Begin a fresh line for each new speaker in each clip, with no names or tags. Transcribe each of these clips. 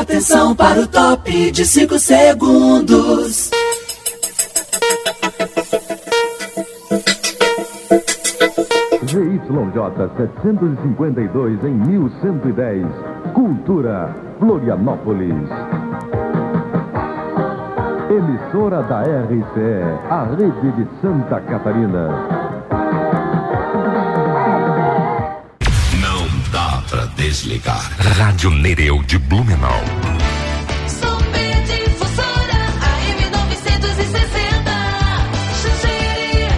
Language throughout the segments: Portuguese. Atenção para o top de 5 segundos.
ZYJ 752 em 1110. Cultura, Florianópolis. Emissora da RCE, a rede de Santa Catarina.
Não dá pra desligar. Rádio Nereu de Blumenau.
Super difusora AM 960. Xangere,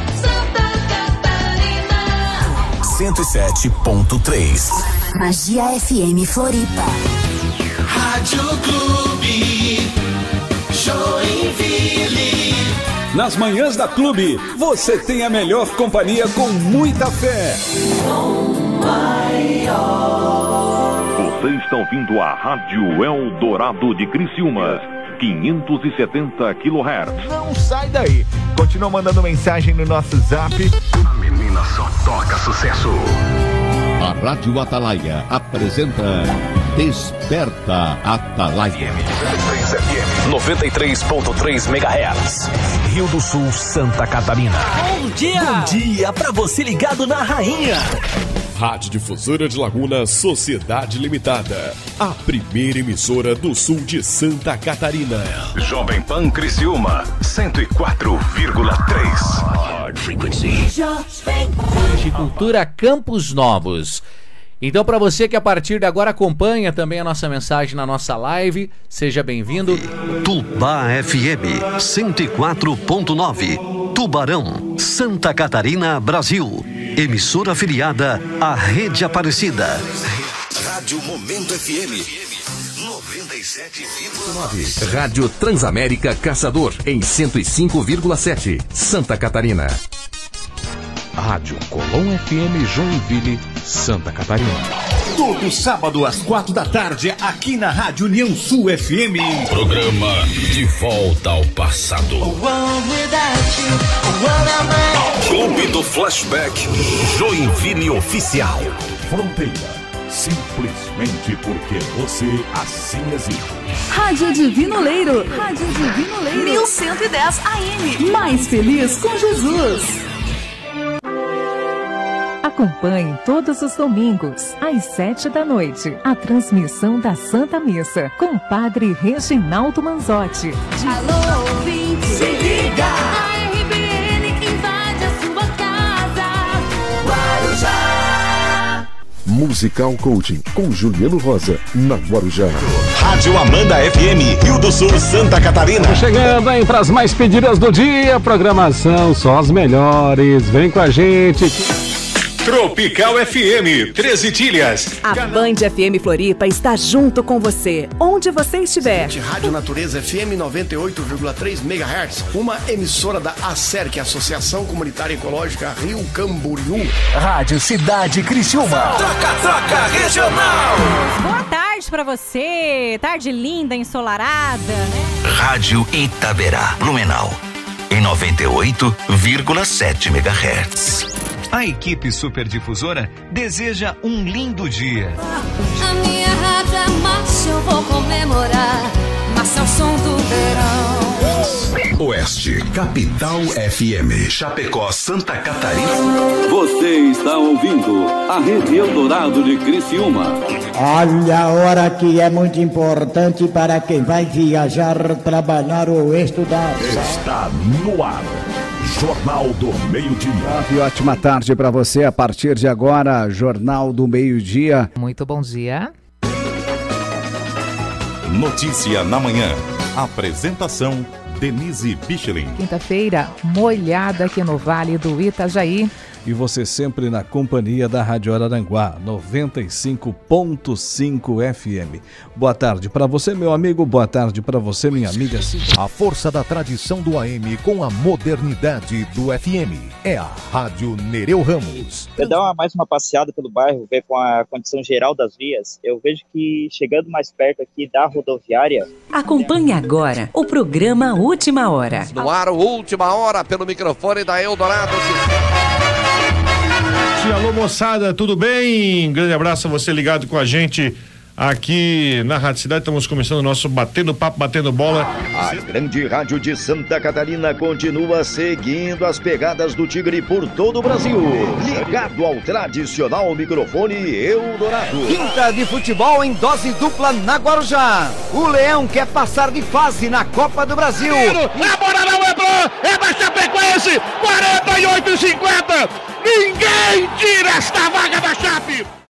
Santa Catarina.
107.3.
Magia FM Floripa.
Rádio Clube Joinville.
Nas manhãs da Clube, você tem a melhor companhia com muita fé.
Você está ouvindo a Rádio Eldorado de Criciúma, 570 kHz.
Não sai daí. Continua mandando mensagem no nosso zap.
A menina só toca sucesso.
A Rádio Atalaia apresenta Desperta Atalaia.
93.3 MHz. Rio do Sul, Santa Catarina.
Bom dia!
Dia pra você ligado na rainha.
Rádio Difusora de Laguna Sociedade Limitada. A primeira emissora do sul de Santa Catarina.
Jovem Pan Criciúma, 104,3.
de Cultura Campos Novos. Então, para você que a partir de agora acompanha também a nossa mensagem na nossa live, seja bem-vindo.
Tubá FM 104.9. Tubarão, Santa Catarina, Brasil. Emissora afiliada à Rede Aparecida.
Rádio Momento FM 97,9.
Rádio Transamérica Caçador, em 105,7. Santa Catarina. Rádio Colom FM Joinville, Santa Catarina.
Todo sábado às quatro da tarde, aqui na Rádio União Sul FM.
Programa De Volta ao Passado. Clube do Flashback Joinville Oficial.
Fronteira. Simplesmente porque você assim exige.
Rádio Divino Leiro. Rádio Divino Leiro.
1110 AM.
Mais feliz com Jesus. Acompanhe todos os domingos, às sete da noite, a transmissão da Santa Missa com o Padre Reginaldo Manzotti.
Alô, ouvinte, se liga! A RBN invade a sua casa.
Musical Coaching com Juliano Rosa, na Guarujá.
Rádio Amanda FM, Rio do Sul, Santa Catarina.
Chegando, hein, para as mais pedidas do dia, programação só as melhores. Vem com a gente.
Tropical FM, 13 Tilhas.
A Band FM Floripa está junto com você, onde você estiver.
Rádio Natureza FM 98,3 MHz. Uma emissora da ACERC, Associação Comunitária Ecológica Rio Camboriú.
Rádio Cidade Criciúma.
Troca, troca, regional.
Boa tarde pra você. Tarde linda, ensolarada, né?
Rádio Itaberá, Blumenau, em 98,7 MHz. A equipe superdifusora deseja um lindo dia.
A minha rádio é marcha, eu vou comemorar. Mas é o som do verão.
Oeste, Capital FM. Chapecó, Santa Catarina.
Você está ouvindo a Rede Eldorado de Criciúma.
Olha a hora que é muito importante para quem vai viajar, trabalhar ou estudar.
Está no ar. Jornal do Meio-Dia.
E ótima tarde para você. A partir de agora, Jornal do Meio-Dia.
Muito bom dia.
Notícia na manhã. Apresentação Denise Bichelin.
Quinta-feira, molhada aqui no Vale do Itajaí.
E você sempre na companhia da Rádio Araranguá, 95.5 FM. Boa tarde para você, meu amigo. Boa tarde para você, minha amiga.
A força da tradição do AM com a modernidade do FM. É a Rádio Nereu Ramos.
Eu dar uma- mais uma passeada pelo bairro, ver com a condição geral das vias. Eu vejo que chegando mais perto aqui da rodoviária,
Acompanhe agora o programa Última Hora.
No ar, o Última Hora, pelo microfone da Eldorado.
Alô moçada, tudo bem? Grande abraço a você ligado com a gente
aqui na Rádio Cidade. Estamos começando o nosso Batendo Papo, Batendo Bola.
A grande rádio de Santa Catarina continua seguindo as pegadas do Tigre por todo o Brasil. Ligado ao tradicional microfone Eldorado.
Quinta de futebol em dose dupla na Guarujá. O Leão quer passar de fase na Copa do Brasil.
A bola não é boa, é da Chapecoense, 48 50. Ninguém tira esta vaga da Chape.